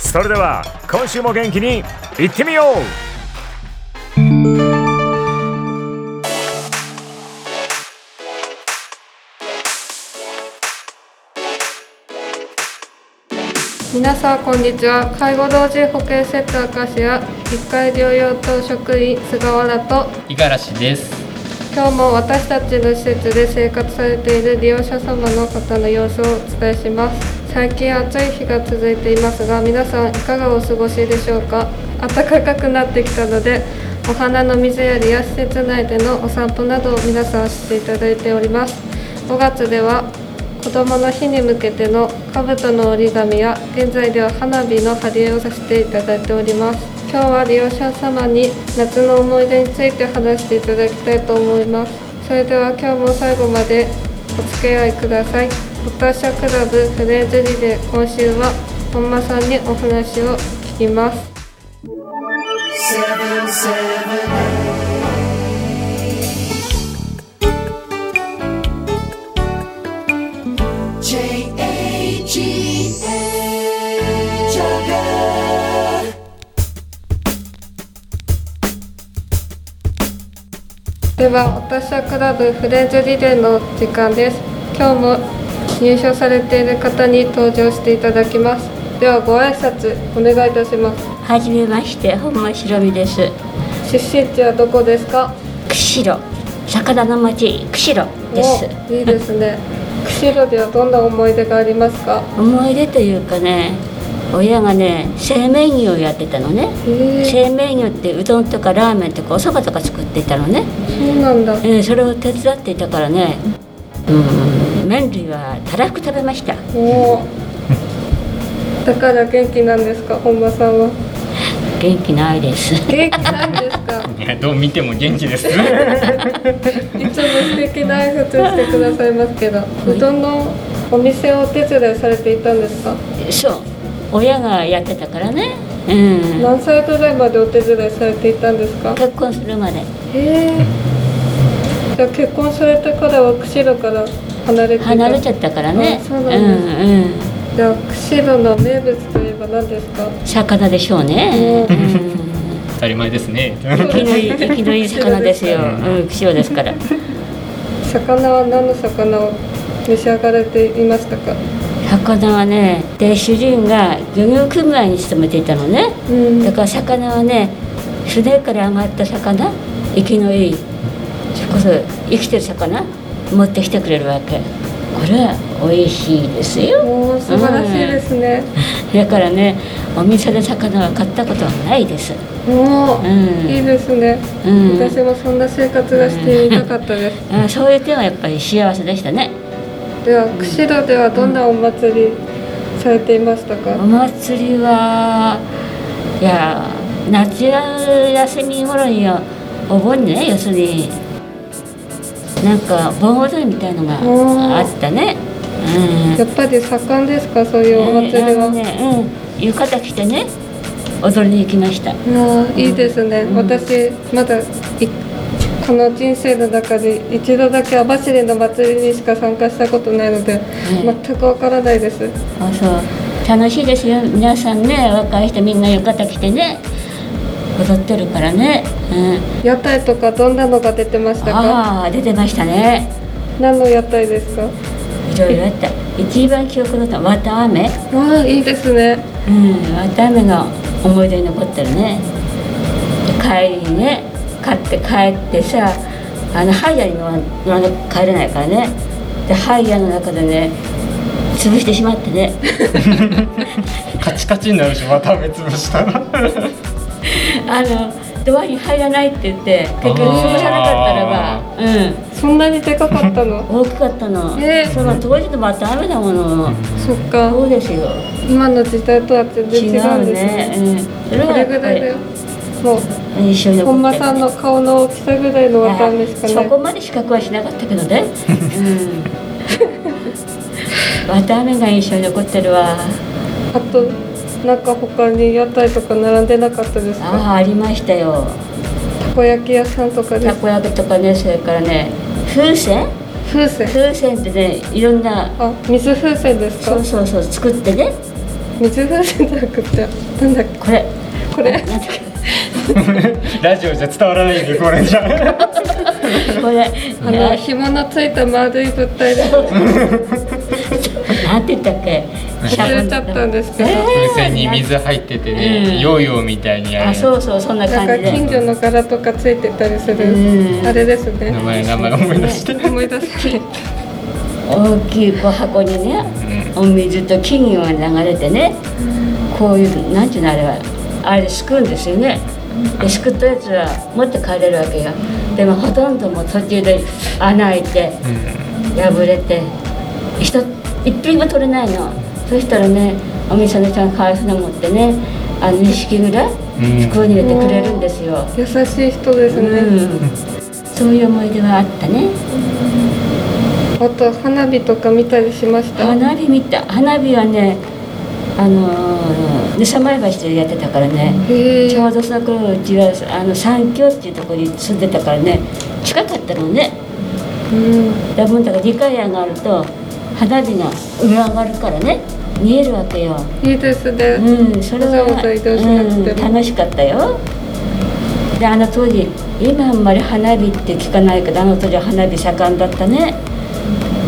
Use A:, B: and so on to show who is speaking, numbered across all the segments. A: それでは今週も元気にいってみよう
B: 皆さんこんにちは介護老人保健センターカシア1階療養棟職員菅原と
C: 五十嵐です。
B: 今日も私たちの施設で生活されている利用者様の方の様子をお伝えします最近暑い日が続いていますが皆さんいかがお過ごしでしょうか暖かくなってきたのでお花の水やりや施設内でのお散歩などを皆さんしていただいております5月では子どもの日に向けての兜の折り紙や現在では花火の貼り絵をさせていただいております今日は利用者様に夏の思い出について話していただきたいと思いますそれでは今日も最後までお付き合いくださいポタシャクラブフレーズリレー今週は本間さんにお話を聞きます
D: J A G A Jugger.
B: ではおたしゃクラブフレーズリレーの時間です今日も入所されている方に登場していただきますではご挨拶お願いいたします
E: はじめまして、本間しろみです。
B: 出身地はどこですか
E: 釧路、魚の町釧路です。
B: おいいですね 釧路ではどんな思い出がありますか
E: 思い出というかね、親がね、製麺業をやってたのね。
B: へえ
E: 製麺業ってうどんとかラーメンとかおそばとか作っていたのね。
B: そうなんだ
E: えーそれを手伝っていたからね。うん、麺類はたらふく食べました。
B: おおだから元気なんですか本間さんは
E: 元気ないです。
B: 元気なんです か
C: いやどう見ても元気です。
B: いつも素敵な挨拶をしてくださいますけどうどんのお店をお手伝いされていたんですか
E: そう、親がやってたからね。うん。
B: 何歳ぐらいまでお手伝いされていたんですか
E: 結婚するまで
B: へえじゃあ結婚されてからは釧路から離れていた
E: 離れちゃったからね。
B: あそうなんですね
E: うんうん。
B: じゃあ釧路の名物といえば何ですか
E: 魚でしょうね。
B: う
E: うん
C: 当たり前ですね。
E: 生きのいい生きのいい魚ですよ。うん、釧路ですから。
B: 魚は何の魚を召し上がれていましたか
E: 魚はね、で主人が漁業組合に勤めていたのね。
B: うん
E: だから魚はね、船から余った魚、生きのいい、それこそ生きてる魚持ってきてくれるわけ。これは美味しいですよ。
B: おー素晴らしいですね、
E: だからね、お店で魚は買ったことはないです。
B: もう、
E: うん
B: いいですね、
E: うん
B: 私もそんな生活がしていなかった です、
E: あそういう点はやっぱり幸せでしたね。
B: では釧路ではどんなお祭りされていましたか、
E: お祭りはいや夏休み頃にはお盆にね要するになんか盆踊りみたいのがあったね。うん
B: やっぱり盛んですかそういうお祭り
E: あ
B: は、
E: のね、うん、浴衣着てね踊りに行きました。
B: あーいいですね、
E: うん
B: 私まだいこの人生の中で一度だけ網走の祭りにしか参加したことないので、
E: い
B: 全くわからないです
E: あそう楽しいですよ皆さんね若い人みんな浴衣着てね踊ってるからね。うん
B: 屋台とかどんなのが出てましたか
E: ああ出てましたね。
B: 何の屋台ですか
E: いろいろあった。一番記憶のったわたあめ。
B: ああいいですね
E: うん、わたあめが思い出に残ってるね帰りにね買って帰ってさあのハイヤーに乗ら乗らな帰れないからねでハイヤーの中でね潰してしまってね
C: カチカチになるしまた目つぶしたら
E: あのドアに入らないって言って結局潰さなかったらばうん
B: そんなにでかかったの
E: 大きかったの、
B: えー
E: その当時とまた雨だもの
B: そっか
E: そうですよ
B: 今の時代とは全然違
E: 違
B: うん
E: う
B: です
E: ね
B: ね、
E: うん、それ
B: こ
E: は
B: れ
E: や
B: ぐ
E: っ
B: ら
E: ぱ
B: いだ
E: り
B: よもう
E: 印象に残ってる
B: 本間さんの顔の大きさぐらいのわたあめしか
E: そ
B: ない
E: こまで資格はしなかったけどね。うん。綿あめが印象に残ってるわ。
B: あとなんか他に屋台とか並んでなかったです
E: あ
B: か
E: あ、ありましたよ。
B: たこ焼き屋さんとかで
E: たこ焼きとかね、それからね、風船
B: 風船
E: 風船ってね、いろんな、
B: あ水風船ですか
E: そうそうそう、作ってね、
B: 水風船じゃなくてなんだっけ
E: これ。
B: これ
E: なんだっけ
C: ラジオじゃ伝わらないんでこれじゃ
E: これ、
B: あの
E: ね
B: 紐のついた丸い物体で潰
E: なんて言ったっけ
B: れちゃったんですけど
E: え
C: 風船に水入っててね、
E: うん
C: ヨーヨーみたいにあ
E: あ、
C: る
E: そうそう、そんな
B: なん
E: 感
B: か
E: じで。
B: 金魚の柄とかついてたりする
E: うん
B: あれですね
C: 名前名前思い出して
B: 思い出せない
E: 大きいこう箱にね、お水と金魚が流れてね、こういうなんていうのあれはあれですくうんですよねですくったやつは持って帰れるわけよでもほとんどもう途中で穴開いて破れて一一品も取れないのそしたらねお店の人がかわいそうなもんってねあの2匹ぐらい
C: ん
E: 袋に入れてくれるんですよ、
B: 優しい人ですね
E: うんそういう思い出はあったね
B: あと花火とか見たりしました
E: 花火見た花火はねあのー、ねさまい橋でやってたからね、
B: へ
E: ち
B: え
E: ょうどその頃うちはあの三峡っていうところに住んでたからね近かったのね
B: うん
E: だもんだから2階上がると花火が上上がるからね見えるわけよ
B: いいですね
E: うんそれは、
B: わざわざ移動しなくても
E: うん、楽しかったよであの当時今あんまり花火って聞かないけどあの当時は花火盛んだったね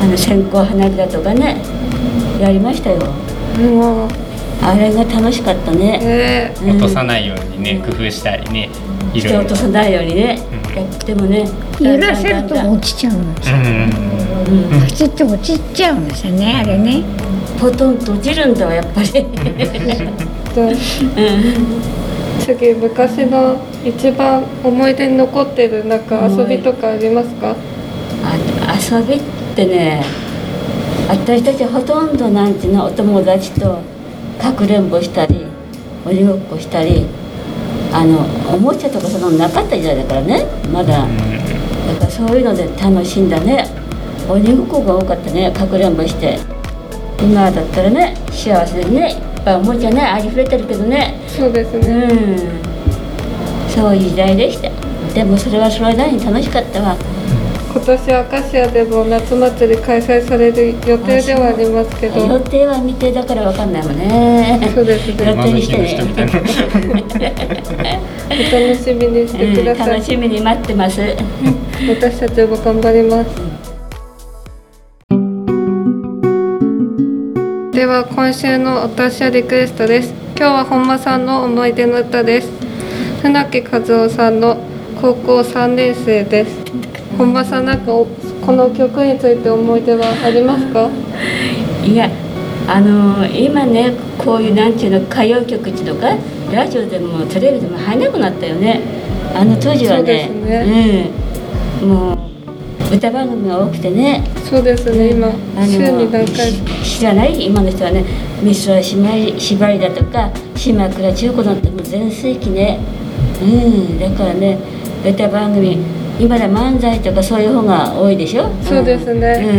E: あの線香花火だとかねやりましたよ
B: もう
E: あれが楽しかったね。
B: え
E: うん
C: 落とさないようにね工夫したりねい
E: 人
C: ろ
E: を
C: い
E: 落
C: ろ
E: とさないようにね、やってもね。
F: 揺らせる
E: だんだんだん
F: と
E: だん
F: 落ちちゃうんです
C: う
F: よ。
C: ん
F: パチッと落ちちゃうんですよね、あれね。
E: ポトンと落ちるんだわやっ ぱり。
B: っと次昔の一番思い出に残ってるなんか遊びとかありますか
E: あ遊びってね、私たちほとんどなんていうのお友達とかくれんぼしたり鬼ごっこしたり。あのおもちゃとかそんなのなかった時代だからねまだ、だからそういうので楽しんだね鬼ごっこが多かったねかくれんぼして今だったらね幸せでねいっぱいおもちゃねありふれてるけどね
B: そうです
E: う
B: ね
E: んそういう時代でしたでもそれはそれなりに楽しかったわ
B: 今年アカシアでも夏祭り開催される予定ではありますけど
E: 予定は未定だからわかんないもんね
B: そうです
E: 予
B: ね
E: 定にして
C: 今の人み たいな
B: お楽しみにし
E: う
B: てくだ
E: ん、
B: さい
E: 楽しみに待ってます
B: 私たちも頑張りますでは今週の私はリクエストです今日は本間さんの思い出の歌です船木和夫さんの高校3年生です本間さんなんかおこの曲について思い出はありますか
E: いやあのー今ねこういうなんていうの歌謡曲っていうのかラジオでもテレビでも入らなくなったよねあの当時は
B: そうで
E: ね
B: すね
E: うん、もう歌番組が多くてね
B: そうですね今
E: あの
B: 週に何回
E: し知らない今の人はねミスは縛り縛りだとか島倉千代子なんてもう全盛期ねうんだからね歌番組今だ漫才とかそういう方が多いでしょ
B: そうですね
E: うん、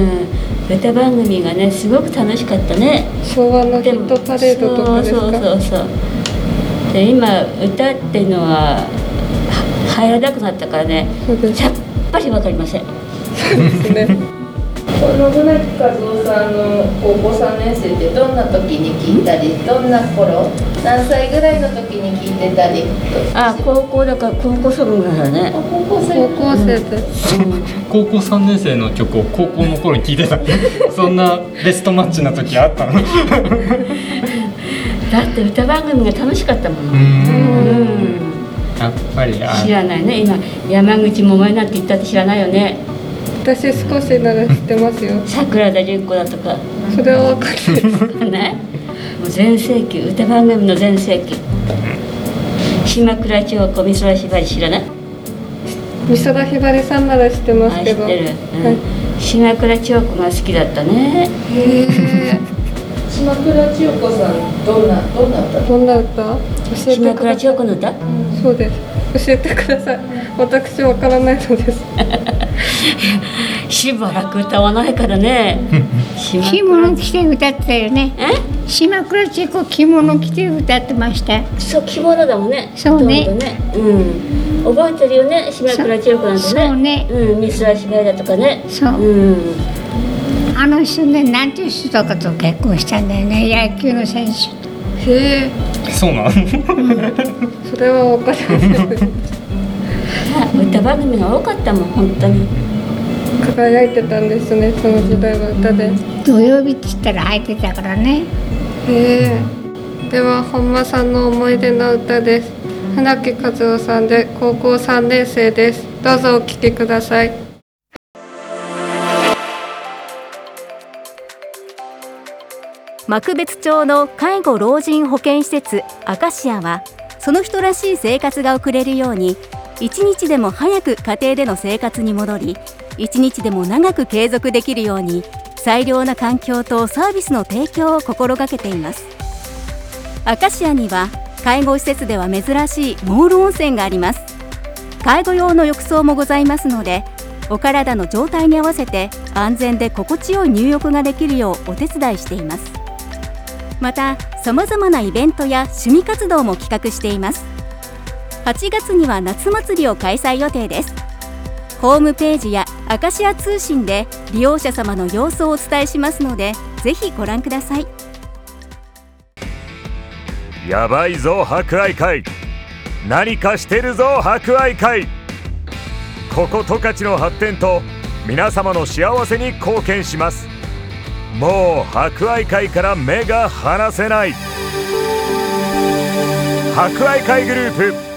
E: うん、歌番組がねすごく楽しかったね
B: 昭和のヒットパレードとかです
E: そうそ
B: か
E: うそうそうで今歌っていうのはは入らなくなったからね
B: そうです
E: さっぱりわかりません
B: ですね
G: 信成和夫さんの高校3年生ってどんな時に聞いたりどんな頃何歳ぐらいの時に聞いてたり
E: あ高校だから高校ソングだからね
G: 高校生
B: 高校生です
C: 高校3年生の曲を高校の 頃に聴いてたそんなベストマッチな時あったの
E: だって歌番組が楽しかったもの、
C: う
E: うんん、
C: やっぱりあ
E: 知らないね今山口百恵なんて言ったって知らないよね
B: 私少しなら知ってますよ
E: 桜田淳子だとか
B: それは分かんないです
E: わかんないもう全盛期歌番組の全盛期島倉千代子美空ひばり知らない
B: 美空ひばりさんなら知ってます
E: あ
B: け
E: 知っ
B: ど
E: てる、うん
B: はい
E: 島倉千代子が好きだったね
B: へ
G: 島倉千代子さんどんなどんな歌
B: ーどんな歌教え
E: 島
B: てく
E: 倉
B: だ
E: 千代子の歌
B: そうです教えてください私わからないのです
E: しばらく歌わないか らね島
F: 着
E: 倉
F: 物着て歌ってたよね
E: え
F: 島倉千恵子着物着て歌ってました
E: そう着物だもんね
F: そうね
E: ほとんどねうん覚えてるよね島倉千代子なんてね
F: そうね
E: うん美空ひばりだとかね
F: そう
E: うん
F: あの人ねなんていう人とかと結婚したんだよね野球の選手
B: へえ
C: そうなの
B: それは分からないです
E: あ歌番組が多かったもん本当に
B: 輝いてたんですねその時代は歌で
F: 土曜日って言ったら入ってたからね
B: へえでは本間さんの思い出の歌です船木和夫さんで高校3年生ですどうぞお聴きください
H: 幕別町の介護老人保健施設アカシアはその人らしい生活が送れるように一日でも早く家庭での生活に戻り一日でも長く継続できるように最良な環境とサービスの提供を心がけていますアカシアには介護施設では珍しいモール温泉があります介護用の浴槽もございますのでお体の状態に合わせて安全で心地よい入浴ができるようお手伝いしていますまたさまざまなイベントや趣味活動も企画しています8月には夏祭りを開催予定ですホームページやアカシア通信で利用者様の様子をお伝えしますのでぜひご覧ください
A: やばいぞ博愛会何かしてるぞ博愛会ここ十勝の発展と皆様の幸せに貢献しますもう博愛会から目が離せない博愛会グループ